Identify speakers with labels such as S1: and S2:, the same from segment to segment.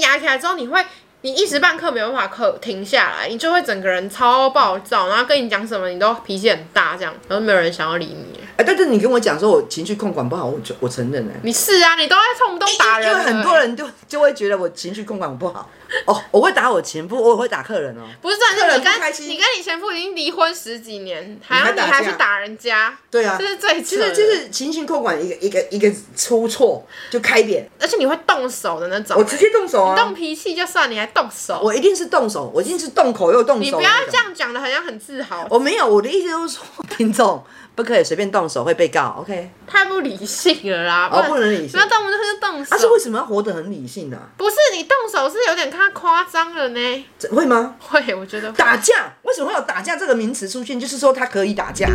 S1: 压起来之后，你会你一时半刻没有办法可停下来，你就会整个人超暴躁，然后跟你讲什么你都脾气很大，这样，然后没有人想要理你。
S2: 哎，但是你跟我讲说我情绪控管不好，我就我承认哎、
S1: 你是啊，你都在冲动打人
S2: 因
S1: 了，欸
S2: 为很多人就就会觉得我情绪控管不好哦，我会打我前夫，我也会打客人哦。
S1: 不是啊，
S2: 客
S1: 是
S2: 人
S1: 你
S2: 不开
S1: 跟
S2: 心
S1: 你跟你前夫已经离婚十几年，还
S2: 还
S1: 要你
S2: 打
S1: 还
S2: 架
S1: 去打人家，
S2: 对啊
S1: 这，是最其
S2: 其实就是情绪控管一个一个一个出错就开扁，
S1: 而且你会动手的那种，
S2: 我直接动手
S1: 你
S2: 啊
S1: 动，脾气就算，你还动手，
S2: 我一定是动手，我一定是动口又动手。
S1: 你不要这，样讲的，好像很自豪，
S2: 我没有，我的意思就是说， 听众不可以随便动手，会被告。OK，
S1: 太不理性了啦，
S2: 哦，不能理性
S1: 不要。动不动就动手
S2: 他啊是，为什么要活得很理性呢、啊？
S1: 不是你动手是有点看夸张了呢，
S2: 这会吗？
S1: 会，我觉得
S2: 打架为什么会有打架这个名词出现？就是说他可以打架。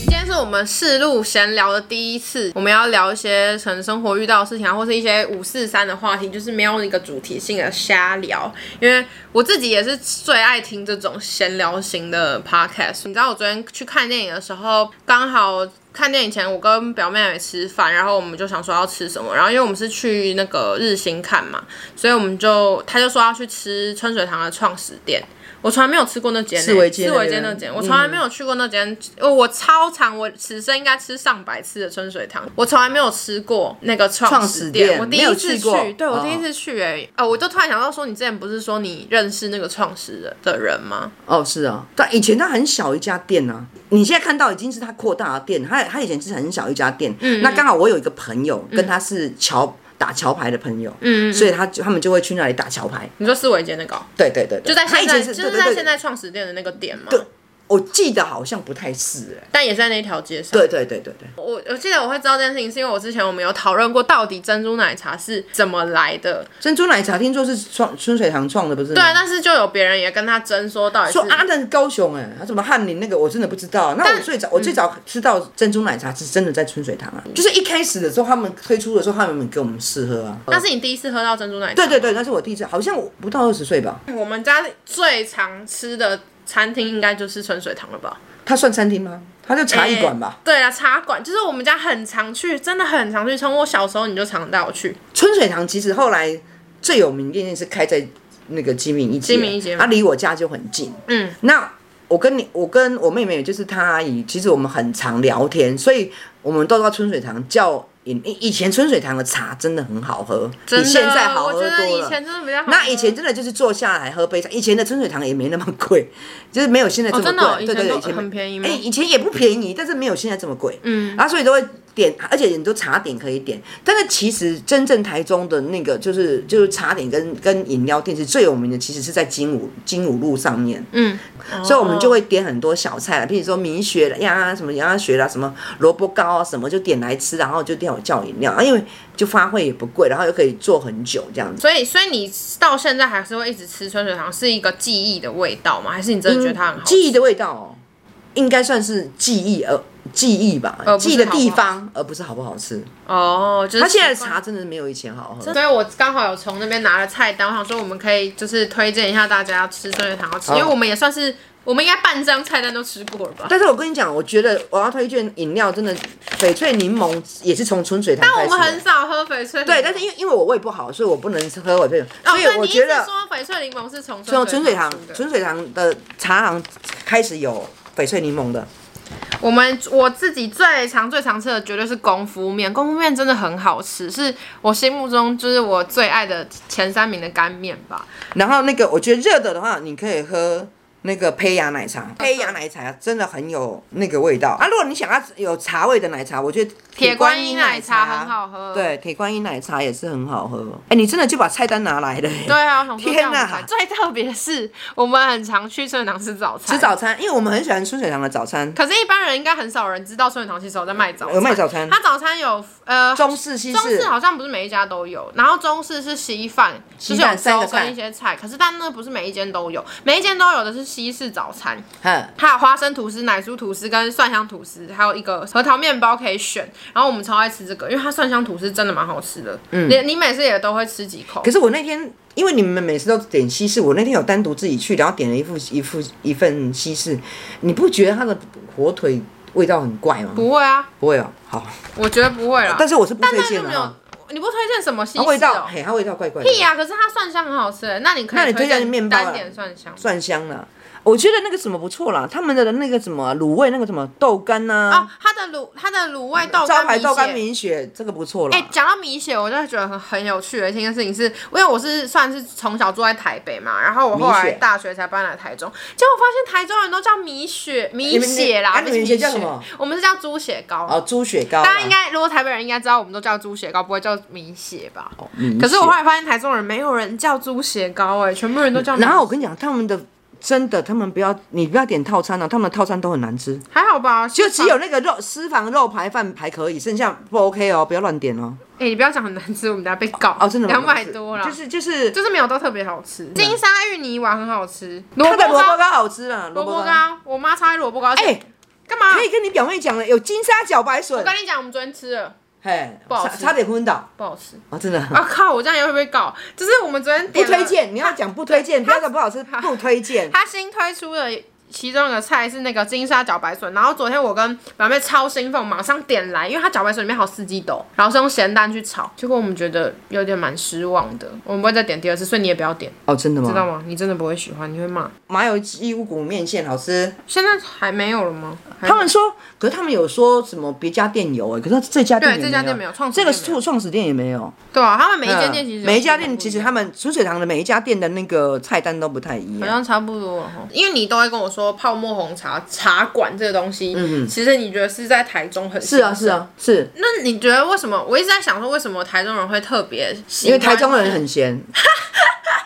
S1: 今天是我们试录闲聊的第一次，我们要聊一些可能生活遇到的事情啊，或是一些五四三的话题，就是没有一个主题性的瞎聊。因为我自己也是最爱听这种闲聊型的 podcast。你知道我昨天去看电影的时候，刚好。看电影前，我跟表妹也吃饭，然后我们就想说要吃什么，然后因为我们是去那个日新看嘛，所以我们就她就说要去吃春水堂的创始店，我从来没有吃过那间、欸，
S2: 四维街那
S1: 四维街
S2: 边
S1: 那间，我从来没有去过那间，哦我超常，我此生应该吃上百次的春水堂，我从来没有吃过那个创
S2: 创
S1: 始
S2: 始
S1: 店，
S2: 店
S1: 我第
S2: 没
S1: 一
S2: 有
S1: 次
S2: 去过
S1: 对我
S2: 哦
S1: 第一次去、欸，哎、哦，我就突然想到说，你之前不是说你认识那个创始人的人吗？
S2: 哦，是啊，但以前它很小一家店啊，你现在看到已经是它扩大的店，它它以前是很小一家店。嗯那刚好我有一个朋友，
S1: 嗯
S2: 跟他是桥打桥牌的朋友，嗯所以他就他们就会去那里打桥牌。
S1: 你说四维街那个哦、
S2: 对对对
S1: 就在
S2: 他以
S1: 现
S2: 前
S1: 在，就
S2: 是对
S1: 是
S2: 对
S1: 在
S2: 对
S1: 现在创始店的那个店嘛，
S2: 对，我记得好像不太是哎、
S1: 但也是在那条街上。
S2: 对对对对对，
S1: 我我记得我会知道这件事情，是因为我之前我们有讨论过到底珍珠奶茶是怎么来的。
S2: 珍珠奶茶听说是创春水堂创的，不是吗？
S1: 对啊，但是就有别人也跟他争说到底是啊
S2: 说啊阿那是高雄哎、他什么翰林那个我真的不知道。那我最早、我
S1: 嗯
S2: 最早知道珍珠奶茶是真的在春水堂啊，就是一开始的时候他们推出的时候，他们给我们试喝啊。
S1: 那是你第一次喝到珍珠奶茶？
S2: 对对对，那是我第一次，好像我不到二十岁吧。
S1: 我们家最常吃的餐厅应该就是春水堂了吧？
S2: 它算餐厅吗？它叫茶艺馆吧。
S1: 欸对啊，茶馆就是我们家很常去，真的很常去。从我小时候你就常带我去，
S2: 春水堂其实后来最有名的店是开在那个金明一街，
S1: 金明一街
S2: 它离我家就很近。
S1: 嗯，
S2: 那我跟你，我跟我妹妹，就是她阿姨，其实我们很常聊天，所以我们都到春水堂叫饮。以以前春水堂的茶真的很好喝，比
S1: 真的。啊
S2: 现在好喝
S1: 我觉得
S2: 多
S1: 以
S2: 了。
S1: 前真的比较好喝。
S2: 那以前真的就是坐下来喝杯茶，以前的春水堂也没那么贵，就是没有现在这么
S1: 哦真的哦
S2: 贵。对对
S1: 以
S2: 对，
S1: 前都
S2: 以前
S1: 很便宜吗
S2: 哎、以前也不便宜，但是没有现在这么贵。
S1: 嗯，
S2: 然后所以都会点，而且很多茶点可以点。但是其实真正台中的那个就是就是茶点跟跟饮料店是最有名的，其实是在金武金武路上面。
S1: 嗯，
S2: 所以我们就会点很多小菜，比如说米血呀、什么羊血啦、什么萝卜糕啊，什么就点来吃，然后就叫叫饮料，啊因为就发会也不贵，然后又可以做很久这样子。
S1: 所以所以你到现在还是会一直吃春水堂，是一个记忆的味道吗？还是你真的觉得它很好？
S2: 嗯记忆的味道、哦，应该算是记忆而记忆吧，
S1: 而不是
S2: 记忆的
S1: 好不好
S2: 地方，而不是好不好吃。
S1: 哦，就是
S2: 它现在的
S1: 习惯
S2: 茶真的没有以前好喝。
S1: 所以我刚好有从那边拿了菜单，我想说我们可以就是推荐一下大家吃春水堂要吃，因为我们也算是我们应该半张菜单都吃过了吧。
S2: 但是我跟你讲，我觉得我要推荐饮料，真的翡翠柠檬也是从春水堂
S1: 但
S2: 开
S1: 我
S2: 始
S1: 们
S2: 的
S1: 很。少喝翡翠柠檬，
S2: 对，但是因为因为我胃不好，所以我不能喝翡翠，
S1: 哦
S2: 所以我觉
S1: 所以你一直
S2: 得
S1: 说翡翠柠檬是从
S2: 从春水堂
S1: 出的
S2: 春水堂的茶行开始有翡翠柠檬的。
S1: 我们我自己最常最常吃的绝对是功夫面，功夫面真的很好吃，是我心目中就是我最爱的前三名的干面吧。
S2: 然后那个我觉得热的的话，你可以喝那个胚芽奶茶，胚芽奶茶真的很有那个味道啊。如果你想要有茶味的奶茶，我觉得
S1: 铁观音
S2: 音
S1: 奶茶
S2: 茶
S1: 很好喝
S2: 对，铁观音奶茶也是很好喝。哎，你真的就把菜单拿来了耶。
S1: 对啊，我想说这样
S2: 天哪
S1: 子才最特别的是，我们很常去春水堂吃早餐，
S2: 吃早餐，因为我们很喜欢春水堂的早餐，
S1: 可是，一般人应该很少人知道春水堂其实有在卖早餐。
S2: 有卖早餐
S1: 它早餐有呃，
S2: 中式、西
S1: 中
S2: 式
S1: 式，好像不是每一家都有。然后中式是稀饭，就
S2: 稀
S1: 是有
S2: 饭三
S1: 粥
S2: 个菜
S1: 跟一些菜。可是，但那不是每一间都有，每一间都有的是西式早餐，
S2: 嗯，
S1: 它有花生吐司、奶酥吐司跟蒜香吐司，还有一个核桃面包可以选。然后我们超爱吃这个，因为它蒜香吐司真的蛮好吃的。嗯，你你每次也都会吃几口
S2: 可。是我那天，因为你们每次都点西式，我那天有单独自己去，然后点了一副一副一份西式，你不觉得它的火腿味道很怪吗？
S1: 不会啊，
S2: 不会哦，好，
S1: 我觉得不会啦。
S2: 但是我是不
S1: 但
S2: 推
S1: 那就
S2: 荐
S1: 没
S2: 的
S1: 有
S2: 啊。，
S1: 你不推荐什么西式
S2: 它味道，
S1: 哦？
S2: 嘿，它味道怪怪的。
S1: 屁啊呀！可是它蒜香很好吃，欸那你可以
S2: 那你推荐
S1: 荐
S2: 面包啊
S1: 单点蒜香
S2: 蒜香啦，我觉得那个什么不错啦，他们的那个什么卤味那个什么豆干呐、
S1: 哦，它的卤它的卤味豆
S2: 招
S1: 干
S2: 牌
S1: 米
S2: 豆干
S1: 血
S2: 米血这个不错啦。
S1: 哎、讲到米血，我就觉得很很有趣的一件事情是，因为我是算是从小住在台北嘛，然后我后
S2: 米
S1: 来
S2: 血
S1: 大学才搬来台中，结果发现台中人都叫米血米
S2: 们
S1: 血啦，
S2: 啊
S1: 不
S2: 你
S1: 是
S2: 们
S1: 米
S2: 以前叫什么
S1: 我们是叫猪血糕。
S2: 哦，猪血糕啦，
S1: 大家应该，如果台北人应该知道，我们都叫猪血糕，不会叫米血吧？
S2: 哦米血
S1: 可是我后来发现台中人没有人叫猪血糕、哎，全部人都叫米血。
S2: 嗯然后我跟你讲，他们的真的，他们不要你不要点套餐了、啊他们的套餐都很难吃，
S1: 还好吧，
S2: 就只有那个肉私房肉排饭还可以，剩下不 OK 哦，不要乱点哦。
S1: 哎、你不要讲很难吃，我们等下被告
S2: 哦，真的吗
S1: 两百多啦，
S2: 就
S1: 就是
S2: 是就是
S1: 就是没有到特别好吃。金沙芋泥丸很好吃，萝
S2: 它
S1: 卜
S2: 的萝
S1: 糕
S2: 卜糕好吃啊，
S1: 萝
S2: 萝
S1: 卜
S2: 卜糕。
S1: 糕，我妈超爱萝卜糕。
S2: 哎、
S1: 哎、干嘛？
S2: 可以跟你表妹讲了，有金沙茭白
S1: 我
S2: 笋，
S1: 跟你讲，我们昨天吃了，
S2: 嘿，
S1: 不好
S2: 差
S1: 吃
S2: 差点昏倒啊、
S1: 不好吃。
S2: 哦真的。
S1: 啊靠！我这样也会被告。就是我们昨天
S2: 不
S1: 点了
S2: 推。荐，你要讲不推荐，不要讲不好吃，不推荐。
S1: 他新推出的其中一个菜是那个金沙茭白笋，然后昨天我跟表妹超兴奋，马上点来，因为它茭白笋里面还有四季豆，然后是用咸蛋去炒，结果我们觉得有点蛮失望的，我们不会再点第二次，所以你也不要点，
S2: 哦，真的
S1: 知道
S2: 吗？
S1: 吗？你真的不会喜欢，你会骂。
S2: 麻油鸡五谷面线好吃，
S1: 现在还没有了吗？还
S2: 他们说，可是他们有说什么别家店有哎，可是这家店
S1: 对
S2: 也
S1: 这家店没有创始
S2: 这个
S1: 店没有
S2: 创创始店也没有。
S1: 对啊，他们每一间店其实有
S2: 嗯每一家店
S1: 不
S2: 其
S1: 一
S2: 实
S1: 样
S2: 他们春水堂的每一家店的那个菜单都不太一
S1: 好
S2: 样。
S1: 像差不多了哈，因为你都会跟我说泡沫红茶茶馆这个东西，其实你觉得是在台中很
S2: 嗯是啊，是
S1: 啊。
S2: 啊，是
S1: 那你觉得为什么？我一直在想说，为什么台中人会特别喜
S2: 因
S1: 欢？
S2: 为台中人 很闲。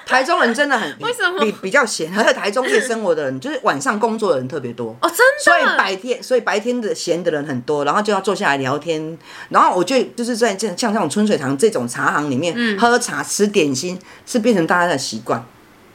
S2: 台中人真的很为
S1: 什么
S2: 比比较闲？而且台中夜生活的人，就是晚上工作的人特别多。
S1: 哦，真的，
S2: 所以白天，所以白天的闲的人很多，然后就要坐下来聊天。然后我觉得就是在这像这种春水堂这种茶行里面，
S1: 嗯
S2: 喝茶吃点心是变成大家的习惯，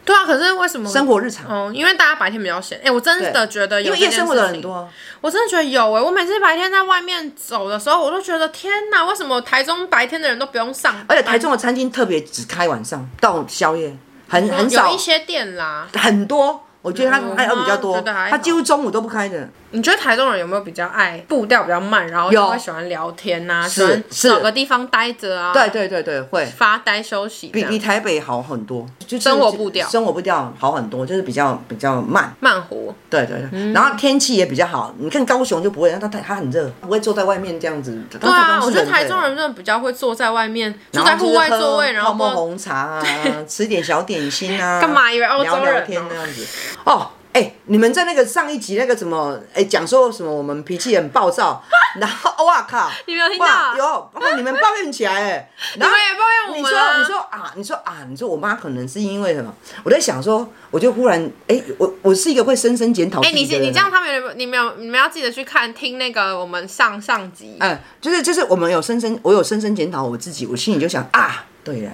S1: 对啊。可是为什么
S2: 生？活日常。
S1: 哦，因为大家白天比较闲。哎、我真的觉得
S2: 因
S1: 有
S2: 为夜
S1: 这件
S2: 生活的
S1: 事
S2: 人很
S1: 情
S2: 多啊，
S1: 我真的觉得有哎、我每次白天在外面走的时候，我都觉得天哪，为什么台中白天的人都不用上班？
S2: 而且台中的餐厅特别只开晚上到宵夜，很很少
S1: 有一些店啦。
S2: 很多。我觉得它
S1: 嗯
S2: 还有比较
S1: 我
S2: 多，
S1: 觉得还好
S2: 它几乎中午都不开的。
S1: 你觉得台中人有没有比较爱步调比较慢，然后就
S2: 有
S1: 会喜欢聊天呐、喜
S2: 是
S1: 欢
S2: 是
S1: 找个地方待着啊，
S2: 对，对对对，会
S1: 发呆休息这
S2: 比比
S1: 样，
S2: 台北好很多，啊就是
S1: 生活步调
S2: 生活步调好很多，就是比较比较慢。
S1: 慢活。
S2: 对对对，
S1: 嗯
S2: 然后天气也比较好。你看高雄就不会，它它它很热，不会坐在外面这样子。对
S1: 对啊，我觉得台中人真的比较会坐在外面，坐在户外座位，然后
S2: 泡沫
S1: 不
S2: 红茶 啊，吃点小点心啊，
S1: 干嘛以为欧洲
S2: 聊
S1: 人
S2: 聊天
S1: 哦
S2: 那样子。哦，哎、你们在那个上一集那个什么，哎、讲说什么我们脾气很暴躁，然后哇靠，
S1: 你没有听到
S2: 哇有，哇你们抱怨起来哎、 然后
S1: 你们也抱怨我
S2: 你
S1: 们
S2: 说
S1: 啊
S2: 你说啊，你说啊，你说我妈可能是因为什么？我在想说，我就忽然哎、我我是一个会深深检讨
S1: 哎、
S2: 自
S1: 你
S2: 己
S1: 是
S2: 的人啊。
S1: 你这样，他们有没有你没有你们要记得去看听那个我们上上集，
S2: 嗯，就是就是我们有深深，我有深深检讨我自己，我心里就想啊，对呀，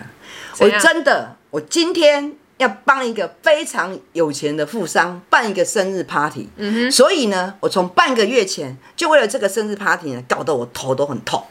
S1: 怎
S2: 我
S1: 样
S2: 真的，我今天要帮一个非常有钱的富商办一个生日 party，嗯哼，所以呢，我从半个月前就为了这个生日 party 呢，搞得我头都很痛。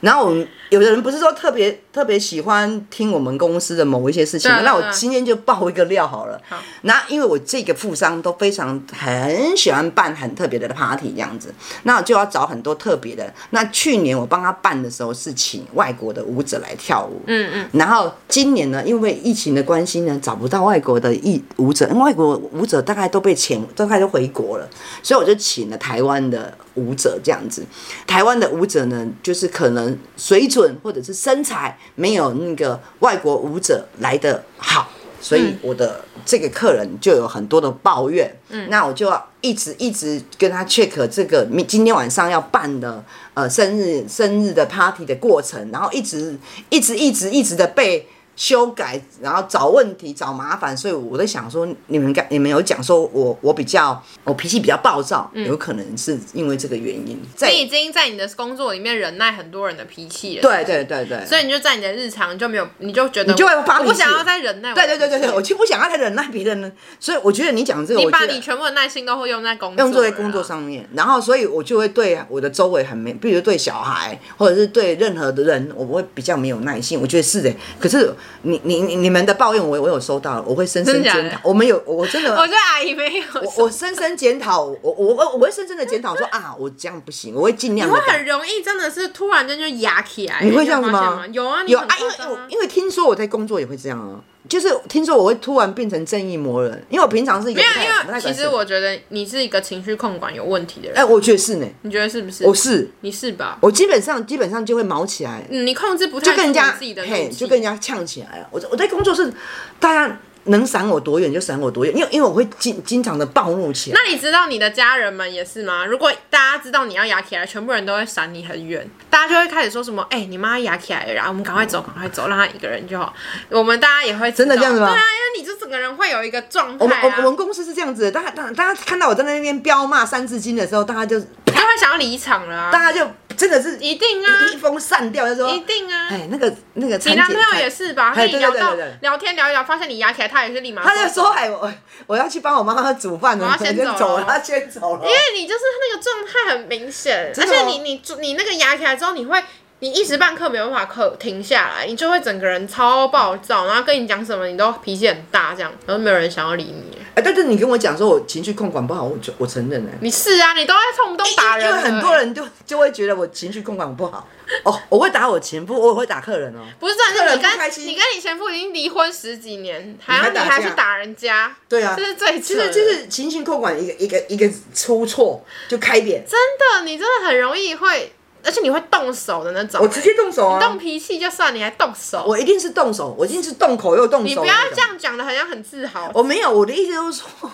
S2: 然后我们有的人不是说特别特别喜欢听我们公司的某一些事情吗，
S1: 对啊
S2: 那我
S1: 对啊
S2: 今天就爆一个料好了。
S1: 好
S2: 那因为我这个富商都非常很喜欢办很特别的 party 这样子，那我就要找很多特别的。那去年我帮他办的时候是请外国的舞者来跳舞，
S1: 嗯嗯，
S2: 然后今年呢，因为疫情的关系呢，找不到外国的艺舞者，因为外国舞者大概都被遣，大概都回国了，所以我就请了台湾的舞者这样子。台湾的舞者呢，就是可能水准或者是身材没有那个外国舞者来的好，所以我的这个客人就有很多的抱怨。嗯，那我就要一直一直跟他 check 这个明今天晚上要办的呃生日生日的 party 的过程，然后一直一直一直一直的被修改，然后找问题找麻烦，所以我在想说，你们刚你们有讲说我我比较我脾气比较暴躁，有可能是因为这个原因。在
S1: 你已经在你的工作里面忍耐很多人的脾气了，，
S2: 对对对对，
S1: 所以你就在你的日常就没有，你就觉得
S2: 你就会发
S1: 我
S2: 脾气
S1: 不想要再忍耐我的
S2: 对
S1: 脾
S2: 对
S1: 气，
S2: 对对对，我就不想要再忍耐别人了，所以我觉得你讲这个，
S1: 你
S2: 我觉
S1: 把
S2: 得。
S1: 你全部的啊耐心都会用在工作，
S2: 用作在工作。上面，然后所以我就会对我的周围很没，比如对小孩或者是对任何的人，我会比较没有耐心。我觉得是的，可是你你你你们的抱怨我我有收到了，我会深深
S1: 真的假的
S2: 检讨。我们有我真的
S1: 我觉得阿姨没有，
S2: 我我深深检讨，我我我我会深深的检讨说啊，我这样不行，我会尽量
S1: 你
S2: 的
S1: 会
S2: 改。
S1: 很容易真的是突然间就压起来。
S2: 你会
S1: 有
S2: 这样子
S1: 发现
S2: 吗？
S1: 有啊，你
S2: 有
S1: 很
S2: 啊，因
S1: 夸
S2: 为
S1: 张
S2: 我因为听说我在工作也会这样啊，就是听说我会突然变成正义魔人，因为我平常是一个
S1: 没
S2: 不
S1: 有，
S2: 太不
S1: 因
S2: 太
S1: 为
S2: 敢
S1: 其实
S2: 说
S1: 我觉得你是一个情绪控管有问题的人，
S2: 哎，我觉得是呢，
S1: 你觉得是不是？
S2: 我是
S1: 你是吧？
S2: 我基本上基本上就会毛起来，
S1: 嗯，你控制不太
S2: 就跟人
S1: 住
S2: 家
S1: 你自己的
S2: 嘿，
S1: 怒气
S2: 就跟人家呛起来啊了。我在我在工作是大家能闪我多远就闪我多远，因为因为我会经经常的暴怒起来。
S1: 那你知道你的家人们也是吗？如果大家知道你要牙起来，全部人都会闪你很远，大家就会开始说什么：“哎、你妈牙起来了，然后我们赶快走，赶快走，让她一个人就好。”我们大家也会知
S2: 真的
S1: 道
S2: 这样子吗
S1: 对啊，因为你就整个人会有一个状态、啊，
S2: 我们我们我们公司是这样子的，大家大家大家看到我在那边彪骂三字经的时候，大家就
S1: 就会想要离场了啊，
S2: 大家就真的是
S1: 一定啊，
S2: 一风散掉，就说
S1: 一定啊。
S2: 哎，那个那个产
S1: 你
S2: 检，
S1: 男朋友也是吧？
S2: 哎
S1: 跟你聊到
S2: 对对对对对
S1: 聊天聊一聊，发现你牙起来，他也是立马
S2: 他就说：“哎，我我要去帮我妈妈煮饭了，
S1: 我要先
S2: 就
S1: 走
S2: 走
S1: 了
S2: 了，他先走了
S1: 因。为你就是那个状态很明显，而
S2: 哦真的哦
S1: 且
S2: 吗
S1: 你你你那个压起来之后，你会你一时半刻没有办法克停下来，你就会整个人超暴躁，然后跟你讲什么你都脾气很大，这样，然后没有人想要理你。”
S2: 哎，但是你跟我讲说我情绪控管不好，我就我承认哎、
S1: 你是啊，你都在动不动打人
S2: 因
S1: 了，
S2: 为哎很多人就就会觉得我情绪控管不好。哦，我会打我前夫，我也会打客人哦。
S1: 不是啊，
S2: 客
S1: 是
S2: 人
S1: 你跟
S2: 不开心
S1: 你跟你前夫已经离婚十几年，还要
S2: 还
S1: 你
S2: 打
S1: 还
S2: 架
S1: 去打人家，
S2: 对啊
S1: 这，是最其
S2: 其实就是情绪控管一个一个一个出错就开扁，
S1: 真的，你真的很容易会，而且你会动手的那种，
S2: 我直接动手
S1: 动
S2: 啊！
S1: 脾气就算，你还动手，
S2: 我一定是动手，我一定是动口又动手。
S1: 你不要这，样讲的，好像很自豪。
S2: 我没有，我的意思就是说，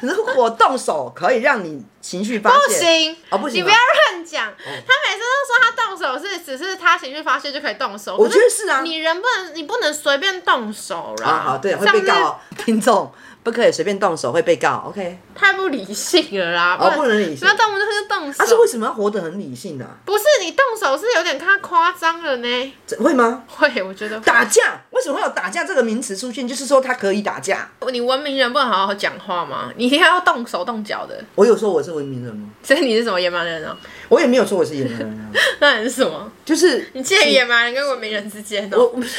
S2: 如果动手可以让你情绪发
S1: 不
S2: 泄，
S1: 行，
S2: 哦不行
S1: 你
S2: 啊
S1: 不要乱讲。他每次都说他动手是只是他情绪发泄就可以动手，
S2: 我
S1: 可是
S2: 觉得是啊
S1: 你人不能你不能随便动手啦。
S2: 啊，好，对，会
S1: 这样
S2: 被
S1: 子
S2: 告哦，听众不可以随便动手，会被告。OK，
S1: 太不理性了啦，
S2: 哦，不能理性
S1: 那。动不动就动手，
S2: 啊他是为什么要活得很理性呢、啊？
S1: 不是你动手是有点看夸张了呢。
S2: 这会吗？
S1: 会，我觉得
S2: 打架为什么会有打架这个名词出现？就是说他可以打架。
S1: 你文明人不能好好讲话吗？你一定要动手动脚的，
S2: 我有说我是文明人吗？
S1: 所以你是什么野蛮人啊？
S2: 我也没有说我是野蛮人啊，
S1: 那你是什么？
S2: 就是
S1: 你介于野蛮人跟文明人之间哦。
S2: 我 不是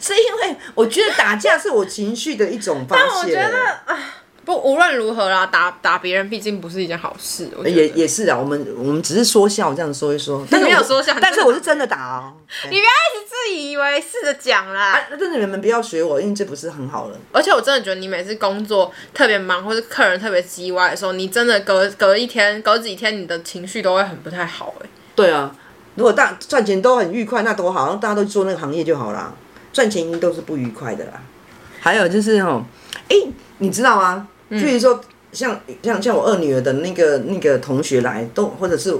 S2: 是因为我觉得打架是我情绪的一种发
S1: 但我
S2: 泄。
S1: 觉得啊，不，无论如何啦，打打别人毕竟不是一件好事。我觉得
S2: 也也是啊，我们我们只是说笑这样说一说，但是
S1: 没有
S2: 我是
S1: 说笑
S2: 但是我是真的打哦。
S1: 你不要一直自以为是的讲啦。
S2: 啊，但是你们不要学我，因为这不是很好了。
S1: 而且我真的觉得你每次工作特别忙，或是客人特别叽歪的时候，你真的隔隔一天、隔几天，你的情绪都会很不太好、欸。
S2: 对啊，如果大赚钱都很愉快，那多好，让大家都做那个行业就好啦。赚钱一定都是不愉快的啦。还有就是哦，哎、你知道吗？譬如说，像像像我二女儿的那个那个同学来，都或者是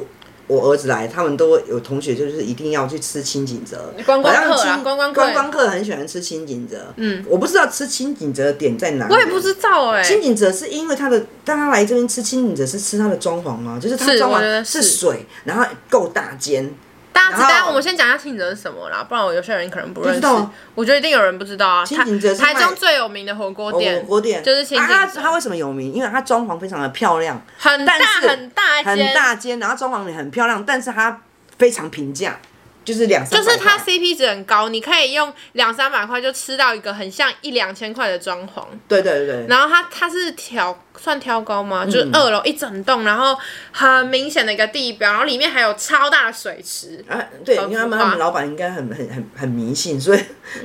S2: 我儿子来，他们都会有同学就是一定要去吃青井泽，
S1: 观光客啦
S2: 好像青
S1: 观光客
S2: 啊观光客很喜欢吃青井泽。嗯，我不知道吃青井泽的点在哪里
S1: 我也不知道哎、
S2: 清景泽是因为它的，大家来这边吃清景泽是吃它的装潢吗？就是它
S1: 是
S2: 装
S1: 我觉得
S2: 潢
S1: 是
S2: 是水，然后够大间，
S1: 大家知
S2: 然
S1: 道
S2: 后
S1: 我们先讲一下清景泽是什么啦，不然有些人可能不认识。
S2: 不知道啊
S1: 我觉得一定有人不知道啊。
S2: 清景泽是
S1: 台
S2: 卖
S1: 台中最有名的火锅店，
S2: 火哦锅店
S1: 就是清景
S2: 啊它
S1: 泽
S2: 它为什么有名？因为它装潢非常的漂亮，
S1: 很大
S2: 但是
S1: 很大
S2: 很
S1: 间，
S2: 大间，然后装潢也很漂亮，但是它非常平价，就是两三
S1: 就
S2: 百块
S1: 是它 CP 值很高，你可以用两三百块就吃到一个很像一两千块的装潢。
S2: 对对对对，
S1: 然后它它是挑算挑高吗？
S2: 嗯
S1: 就是二楼一整栋，然后很明显的一个地标，然后里面还有超大的水池。
S2: 啊对，
S1: 很
S2: 因为他
S1: 浮
S2: 们
S1: 夸
S2: 他们老板应该很很很很迷 信，所以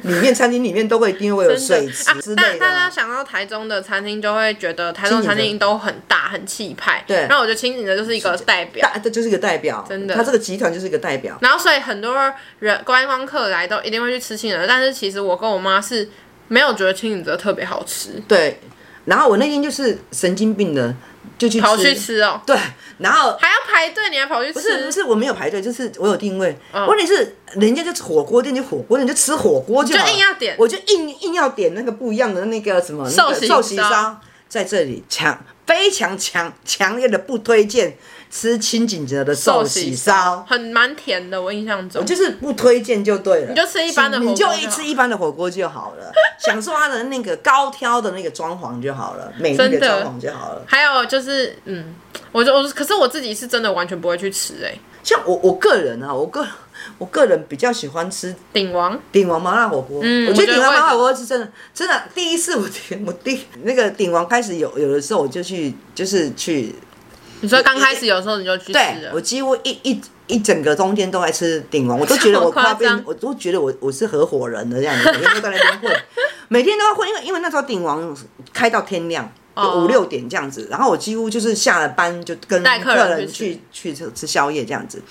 S2: 里面餐厅里面都会一定会有水池
S1: 真
S2: 之
S1: 的啊
S2: 类
S1: 大大家
S2: 的。
S1: 想到台中的餐厅，就会觉得台中餐厅都很大很气派。
S2: 对
S1: 然后我觉得清景的就是一个代表。
S2: 大，这就是一个代表，
S1: 真的
S2: 他这个集团就是一个代表。
S1: 然后所以很多人观光客来都一定会去吃清景的，但是其实我跟我妈是没有觉得清景泽特别好吃，
S2: 对，然后我那天就是神经病的，就去
S1: 跑去吃哦，
S2: 对，然后
S1: 还要排队，你还跑去吃，
S2: 不是不是我没有排队，就是我有定位。
S1: 嗯
S2: 问题是人家就是火锅店就火锅店就吃火锅就好
S1: 就硬要点
S2: 我就硬硬要点那个不一样的那个什么那
S1: 寿
S2: 个
S1: 喜
S2: 寿喜
S1: 烧
S2: 烧，在这里强非常强强烈的不推荐吃清景泽的寿喜烧。
S1: 很蛮甜的，我印象中
S2: 我。就是不推荐就对了，你
S1: 就吃一般的火锅
S2: 你
S1: 就好
S2: 就一吃一般的火锅就好 了，享受它的那个高挑的那个装潢就好了，美丽
S1: 真
S2: 的
S1: 的
S2: 装潢就好了。
S1: 还有就是，嗯，我就我可是我自己是真的完全不会去吃哎、
S2: 像我我个人啊，我个我个人比较喜欢吃
S1: 鼎王
S2: 鼎王麻辣火锅，
S1: 嗯
S2: 我觉
S1: 我觉得
S2: 得鼎王麻
S1: 我
S2: 辣
S1: 也
S2: 火锅是真的，真的第一次我点我第那个鼎王开始有有的时候我就去就是去，
S1: 你说刚开始有时候你就去吃
S2: 对
S1: 了
S2: 我，几乎一一一整个冬天都在吃鼎王，我都觉得我
S1: 这么夸
S2: 快
S1: 张
S2: 变，我都觉得我我是合伙人的这样子，每天都在那边 混，每天都要混，因为因为那时候鼎王开到天亮。就
S1: 哦
S2: 五六点这样子，然后我几乎就是下了班就跟
S1: 带客
S2: 客
S1: 人
S2: 人
S1: 去
S2: 去去吃吃宵夜这样子，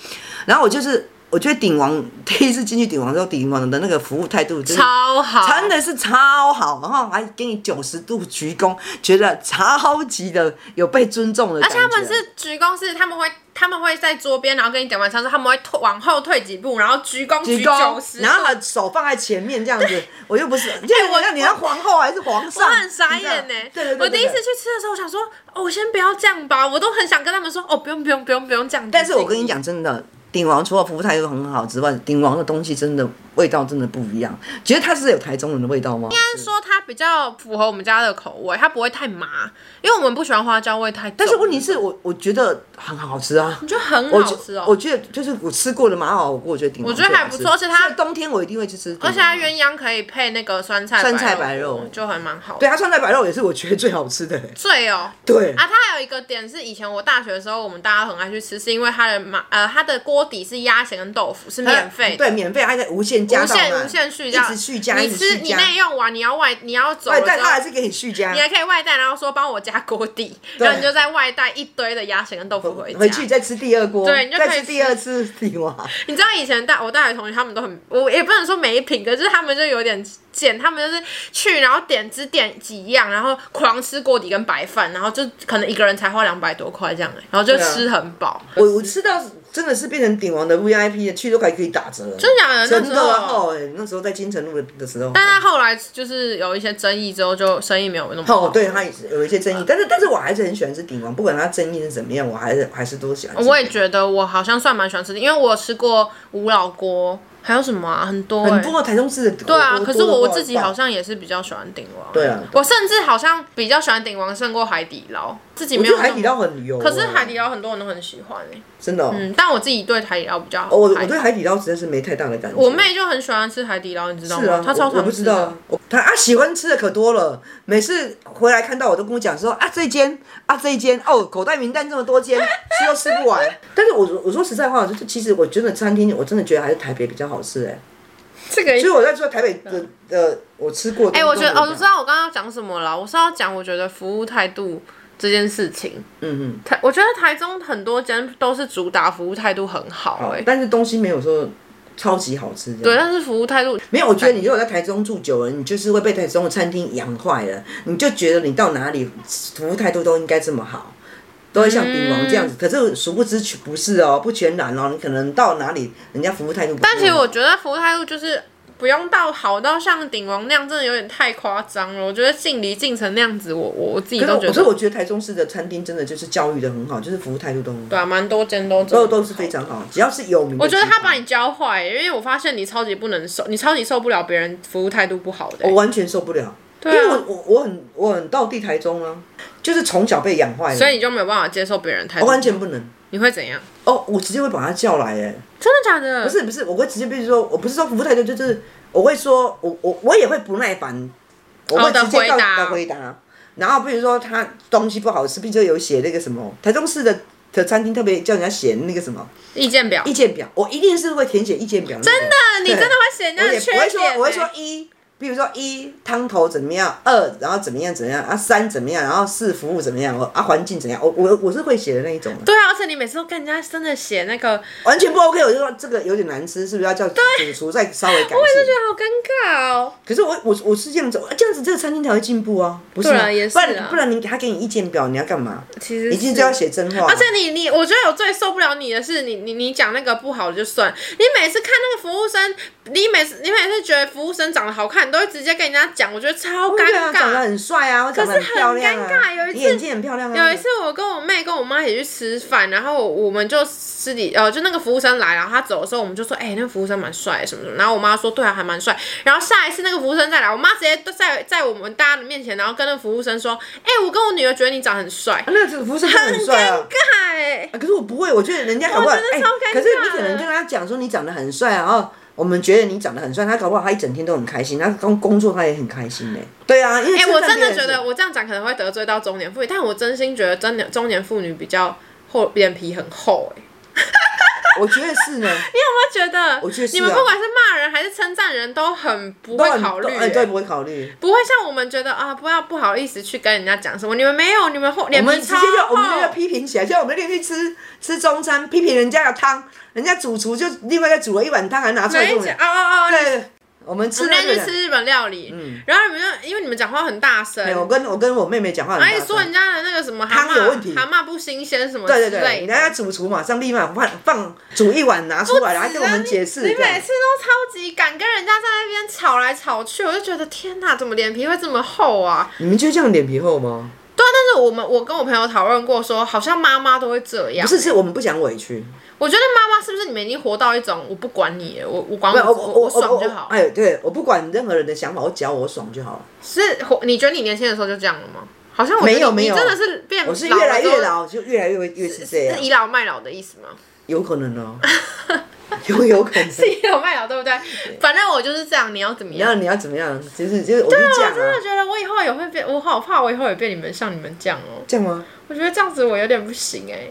S2: 然后我就是我觉得鼎王第一次进去鼎王之后，鼎王的那个服务态度真的
S1: 超好，
S2: 真的是超好，然后还给你九十度鞠躬，觉得超级的有被尊重的
S1: 而
S2: 感
S1: 且
S2: 觉。
S1: 他们是鞠躬是他们会他们会在桌边，然后跟你点完餐之后，他们会退往后退几步，然后鞠躬
S2: 鞠
S1: 九
S2: 躬，
S1: 十，
S2: 然后把手放在前面这样子，我又不是，因为我
S1: 哎我
S2: 让你要皇后还是皇
S1: 我
S2: 上，
S1: 很傻
S2: 你知道
S1: 眼呢、欸
S2: 对对对，
S1: 我第一次
S2: 对。
S1: 去吃的时候，我想说，哦，我先不要这样吧，我都很想跟他们说，哦，不用不用不用不用这样。
S2: 但是我跟你，讲真的，鼎王除了服务态度很好之外，鼎王的东西真的味道真的不一样。觉得它是有台中人的味道吗？
S1: 但是说它比较符合我们家的口味，它不会太麻，因为我们不喜欢花椒味太重。
S2: 但是问题是我我觉得很好吃啊。
S1: 你就很
S2: 我
S1: 好
S2: 觉
S1: 吃哦，
S2: 我觉得就是我吃过的麻辣火锅，我觉得鼎王
S1: 我觉得还
S2: 最好吃
S1: 不错而且它
S2: 所以冬天我一定会去吃鼎王。
S1: 而且它鸳鸯可以配那个酸菜
S2: 酸菜
S1: 白
S2: 白肉
S1: 就还蛮好的。
S2: 对，它酸菜白肉也是我觉得最好吃的。
S1: 醉哦。
S2: 对，
S1: 啊，它还有一个点是，以前我大学的时候，我们大家很爱去吃，是因为它的麻呃，它的锅底是鸭血跟豆腐，是免费的，
S2: 对，免费，还可以无限加
S1: 无
S2: 到
S1: 限
S2: 满
S1: 无限续
S2: 一
S1: 加，
S2: 直续加，
S1: 你
S2: 一直
S1: 吃
S2: 续
S1: 你
S2: 加。
S1: 内用完，你要外你要走了
S2: 哎对，但
S1: 之
S2: 它还
S1: 后，
S2: 是给你续加
S1: 你，还可以外带，然后说帮我加锅底，
S2: 对
S1: 然后你就在外带一堆的鸭血跟豆腐回家。
S2: 回去再吃第二锅，
S1: 对你就可以
S2: 再吃第二次底哇。
S1: 你知道以前大我大学同学他们都很，我也不能说没品，可是他们就有点贱，他们就是去然后点只点几样，然后狂吃锅底跟白饭，然后就可能一个人才花两百多块这样、欸，然后就
S2: 对啊
S1: 吃很饱。
S2: 我我吃到真的是变成鼎王的 VIP 了，去都还可以打折，
S1: 真假的
S2: 真
S1: 那时候
S2: 的哦，哎那时候在金城路的的时候，
S1: 但他后来就是有一些争议之后，就生意没有那么好。
S2: 哦，对，它也是有一些争
S1: 嗯
S2: 议，但是但是我还是很喜欢吃鼎王，不管它争议是怎么样，我还是还是都喜欢吃。
S1: 我也觉得我好像算蛮喜欢吃的，因为我有吃过五老锅，还有什么啊，很多、欸、
S2: 很多台中市的火锅
S1: 对啊，可是我
S2: 多
S1: 我
S2: 到
S1: 自己
S2: 爆
S1: 好像也是比较喜欢鼎王。
S2: 对啊
S1: 我甚至好像比较喜欢鼎王胜过海底捞，自己
S2: 我
S1: 没
S2: 觉
S1: 有
S2: 得
S1: 那么
S2: 海底捞很油，
S1: 可是
S2: 哎
S1: 海底捞很多人都很喜欢哎、
S2: 真的哦，
S1: 嗯，但我自己对海底捞比较好。
S2: 哦我
S1: 还
S2: 我对海底捞实在是没太大的感觉。
S1: 我妹就很喜欢吃海底捞，你知道吗？
S2: 是啊，
S1: 她哦超
S2: 我我
S1: 常
S2: 不
S1: 吃
S2: 知
S1: 的
S2: 道啊，我她啊喜欢吃的可多了，每次回来看到我都跟我讲说啊这一间啊这一间哦，口袋名单这么多间，吃都吃不完。但是我我说实在话，就是其实我真的餐厅，我真的觉得还是台北比较好吃哎、
S1: 这个
S2: 所以我在说台北的呃，我吃过
S1: 嗯
S2: 的。
S1: 哎、我觉得哦，我
S2: 都
S1: 知道我刚刚要讲什么了。我是要讲，我觉得服务态度这件事情，
S2: 嗯
S1: 台我觉得台中很多间都是主打服务态度很好哎、
S2: 嗯，但是东西没有说超级好吃这
S1: 对，
S2: 样。
S1: 但是服务态度
S2: 没有，我觉得你如果在台中住久了，你就是会被台中的餐厅养坏了，你就觉得你到哪里服务态度都应该这么好，都会像鼎王这样子。可是殊不知不是哦，不全然哦，你可能到哪里人家服务态度不一样。
S1: 但其实我觉得服务态度就是不用到好到像鼎王那样，真的有点太夸张了。我觉得尽离尽成那样子，我我我自己
S2: 可是
S1: 都
S2: 我
S1: 觉
S2: 可是
S1: 得
S2: 我觉得台中市的餐厅真的就是教育的很好，就是服务态度都很好，
S1: 对啊，蛮多间都这
S2: 都
S1: 样
S2: 都是非常好，只要是有名的
S1: 我
S2: 地
S1: 觉
S2: 方。
S1: 得他把你教坏、因为我发现你超级不能受，你超级受不了别人服务态度不好的、
S2: 我完全受不了，
S1: 对啊
S2: 因为我我我很我很到地台中啊，就是从小被养坏了，
S1: 所以你就没有办法接受别人态
S2: 我
S1: 度，
S2: 完全不能。
S1: 你会怎样？
S2: 哦，我直接会把他叫来哎、
S1: 真的假的？
S2: 不是不是，我会直接，比如说，我不是说服务态度，就是我会说，我我我也会不耐烦，我会直
S1: 哦的
S2: 接
S1: 回
S2: 到
S1: 答
S2: 的回答。然后比如说他东西不好吃，比如说有写那个什么台中市的的餐厅特别叫人家写那个什么
S1: 意见表，
S2: 意见表，我一定是会填写意见表、
S1: 真的，你真的会写人家
S2: 我
S1: 的
S2: 也
S1: 缺
S2: 不会
S1: 点、欸
S2: 说，我会说一，比如说一汤头怎么样，二然后怎么样怎么样啊，三怎么样，然后四服务怎么样，我啊环境怎样，我我我是会写的那一种啊，
S1: 对啊，而且你每次都跟人家真的写那个，我
S2: 完全不 OK，我就说这个有点难吃，是不是要叫主厨再稍微改进？
S1: 就觉得好尴尬哦。
S2: 可是我我我是这样子，啊这样子这个餐厅才会进步啊，不是
S1: 对
S2: 吗？
S1: 啊也是
S2: 不
S1: 啊
S2: 然不然你他给你意见表，你要干嘛？
S1: 其实
S2: 一定
S1: 是
S2: 就要写真话。
S1: 而且你你，我觉得我最受不了你的是你你你讲那个不好的就算，你每次看那个服务生，你每次你每次觉得服务生长得好看，都会直接跟人家讲，我觉得超
S2: 我
S1: 尴
S2: 觉得他长得
S1: 尬。
S2: 很帅哦啊，我长得
S1: 可是很
S2: 漂亮啊，
S1: 尴尬有一次
S2: 你眼睛很漂亮啊。
S1: 有一次，我跟我妹跟我妈一起去吃饭，然后我们就私底呃，就那个服务生来，然后他走的时候，我们就说，哎、那个服务生蛮帅的什么什么。然后我妈说，对啊，还蛮帅。然后下一次那个服务生再来，我妈直接都在在我们大家的面前，然后跟那个服务生说，哎、我跟我女儿觉得你长得很帅
S2: 啊，那个服饰真的很帅啊
S1: 尴。尬哎、
S2: 啊可是我不会，我觉得人家搞不
S1: 我
S2: 好，
S1: 觉得
S2: 哎
S1: 超尴尬
S2: 可是你可能跟他讲说你长得很帅啊，哦，我们觉得你长得很帅，他搞不好他一整天都很开心，他工工作他也很开心呢、对啊，因为
S1: 哎、
S2: 称
S1: 我
S2: 赞
S1: 真的
S2: 别人
S1: 觉
S2: 是
S1: 得我这样讲可能会得罪到中年妇女，但我真心觉得真的中年妇女比较厚，脸皮很厚哎、
S2: 我觉得 是呢，
S1: 你有没有觉得？
S2: 我觉得是啊
S1: 你们不管是骂人还是称赞人都很不
S2: 都
S1: 会
S2: 很
S1: 考虑、
S2: 都
S1: 哎
S2: 哎，对，不会考虑。
S1: 不会像我们觉得啊，不要不好意思去跟人家讲什么。你们没有，你哎们厚
S2: 我
S1: 脸
S2: 们
S1: 皮
S2: 直
S1: 超
S2: 接就我们就要
S1: 厚。
S2: 批评起来，像我们那天去吃吃中餐，批评人家的汤，人家主厨就另外再煮了一碗汤，还拿出来
S1: 没
S2: 用。
S1: 讲哦哦哦，
S2: 对，我们
S1: 我
S2: 吃
S1: 们那
S2: 那
S1: 天去
S2: 个。
S1: 吃日本料理，然后你们就因为你们讲话很大声，
S2: 哎我跟我跟我妹妹讲话很大
S1: 而
S2: 声，
S1: 且哎说人家的那个什么蛤
S2: 汤有
S1: 蟆
S2: 问题
S1: 蛤蟆不新鲜什么之类
S2: 对对
S1: 的。
S2: 对，人家主厨马上立马放放煮一碗拿出来，然后跟我们解释。
S1: 啊你
S2: 这样
S1: 每次都超级敢跟人家在那边吵来吵去，我就觉得天哪，怎么脸皮会这么厚啊？
S2: 你们就这样脸皮厚吗？
S1: 对啊，但是我们我跟我朋友讨论过说好像妈妈都会这样
S2: 不。是，是我们不讲委屈。
S1: 我觉得妈妈是不是你们已经活到一种我不管你了，我我管
S2: 没有，
S1: 我
S2: 我
S1: 我
S2: 我我
S1: 爽
S2: 我
S1: 就好。
S2: 哎，对，我不管任何人的想法，我只要我爽就好了。
S1: 是活，你觉得你年轻的时候就这样了吗？好像我
S2: 没有
S1: 觉得你
S2: 没有
S1: 你真的是变
S2: 我是
S1: 嗯老
S2: 越来
S1: 了之
S2: 越
S1: 后，
S2: 老，就越来越越是这样
S1: 是，倚老卖老的意 思吗？
S2: 有可能哦， 有有可能。
S1: 是倚老卖老，对不对？反正我就是这样，你要怎么
S2: 你
S1: 样？
S2: 要你要怎么样？就是就是，我就这样
S1: 我真
S2: 啊
S1: 的，觉得我以后也会变，我好怕我以后也变你们像你们这样哦、
S2: 这样吗？
S1: 我觉得这样子我有点不行哎、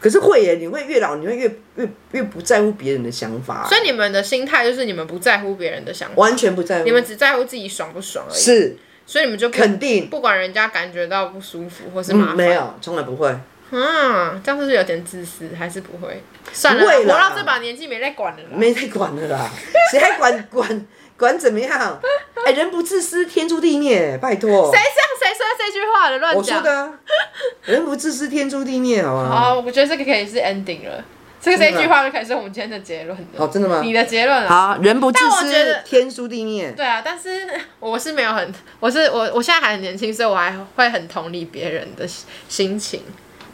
S2: 可是会耶，你会越老，你会越越越不在乎别人的想法，
S1: 所以你们的心态就是你们不在乎别人的想法，
S2: 完全不在乎。
S1: 你们只在乎自己爽不爽而已。
S2: 是
S1: 所以你们就不
S2: 肯定
S1: 不管人家感觉到不舒服或是麻
S2: 嗯
S1: 烦、
S2: 没。有，从来不会。
S1: 啊，这样是不是有点自私？还是不会？算了啦，
S2: 不会
S1: 活
S2: 啦
S1: 到这把年纪没在管了啦。
S2: 没在管 了啦，谁还管管管怎么样？哎、人不自私，天诛地灭，拜托
S1: 谁。像谁说这句话的？乱
S2: 哦我
S1: 讲
S2: 说。的、啊，人不自私，天诛地灭，好吗？
S1: 好，我觉得这个可以是 ending 了，这个这
S2: 真的
S1: 一句话就可以是我们今天的结论
S2: 好，
S1: 了。
S2: 真的吗
S1: 你？的结论啊？
S2: 好，人不自
S1: 但我觉得
S2: 私，天诛地灭。
S1: 对啊，但是 我是没有很，我是我我现在还很年轻，所以我还会很同理别人的心心情。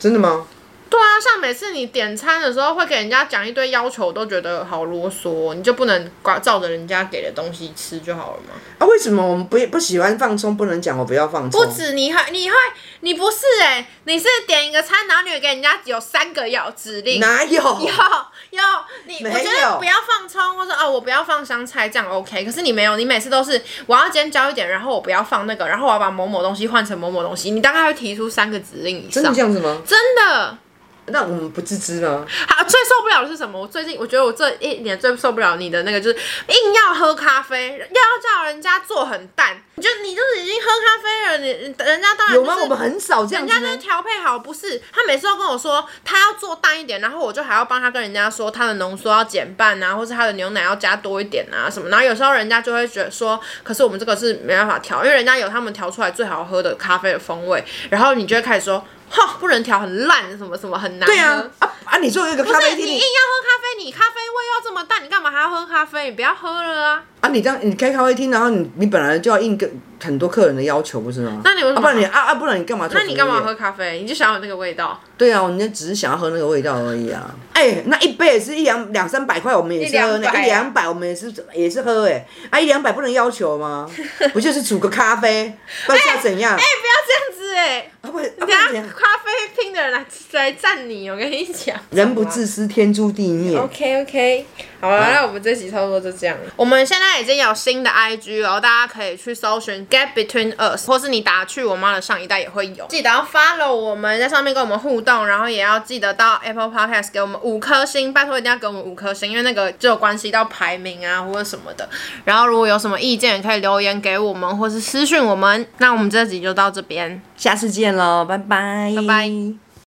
S2: 真的吗？
S1: 对啊，像每次你点餐的时候会给人家讲一堆要求，我都觉得好啰嗦哦，你就不能挂照着人家给的东西吃就好了吗？
S2: 啊，为什么我们不不喜欢放松？不能讲我不要放松
S1: 不。止你还你会你不是哎、你是点一个餐，然后你会给人家有三个要指令。
S2: 哪有？
S1: 有有，你我
S2: 哦没
S1: 觉
S2: 有
S1: 得不要放葱，或者哦，我不要放香菜，这样 OK。可是你没有，你每次都是我要尖椒一点，然后我不要放那个，然后我要把某某东西换成某某东西。你大概会提出三个指令以
S2: 真的
S1: 上
S2: 这，样子吗？
S1: 真的。
S2: 那我们不自知吗？
S1: 好，最受不了的是什么？我最近我觉得我这一年最受不了你的那个就是硬要喝咖啡，要叫人家做很淡，你就你就是已经喝咖啡了，你你人家当然、就是、
S2: 有吗？我们很少这样
S1: 人
S2: 子
S1: 家就是
S2: 呢。
S1: 调配好，不是他每次都跟我说他要做淡一点，然后我就还要帮他跟人家说他的浓缩要减半啊，或是他的牛奶要加多一点啊什么。然后有时候人家就会觉得说，可是我们这个是没办法调，因为人家有他们调出来最好喝的咖啡的风味，然后你就会开始说， 哼，不能调，很烂，什么什么很难喝。
S2: 对啊，啊啊！你作为一个
S1: 不
S2: 咖
S1: 是
S2: 啡
S1: 你
S2: 厅，
S1: 硬要
S2: 你
S1: 喝咖啡，你咖啡味要这么淡，你干嘛还要喝咖啡？你不要喝了啊！
S2: 啊，你当你开咖啡厅，然后你你本来就要应跟很多客人的要求，不是吗？
S1: 那你为什么
S2: 啊不然你啊啊，不然你干嘛做
S1: 那
S2: 服务业？
S1: 你干嘛喝咖啡？你就想有那个味道，
S2: 对啊，我们就只是想要喝那个味道而已啊。哎、那一杯也是一两两三百块，我们也是喝
S1: 一
S2: 呢
S1: 两百，啊
S2: 一两百我们也是也是喝哎、啊一两百不能要求吗？不就是煮个咖啡，不然是要怎样？
S1: 哎、不要这样子哎、
S2: 啊不然啊不
S1: 等
S2: 然
S1: 下
S2: 怎 样？
S1: 咖啡厅的人来来赞你，我跟你讲，
S2: 人不。自私，天诛地灭。
S1: OK OK，好了，那我们这集差不多就这样了。我们现在已经有新的 IG 了，大家可以去搜寻 Get Between Us，或是你打去我妈的上一代也会有。记得要 follow 我们，在上面跟我们互动，然后也要记得到 Apple Podcast 给我们五颗星，拜托一定要给我们五颗星，因为那个就有关系到排名啊或者什么的。然后如果有什么意见，也可以留言给我们，或是私讯我们。那我们这集就到这边。
S2: 下次见喽，拜拜，
S1: 拜拜。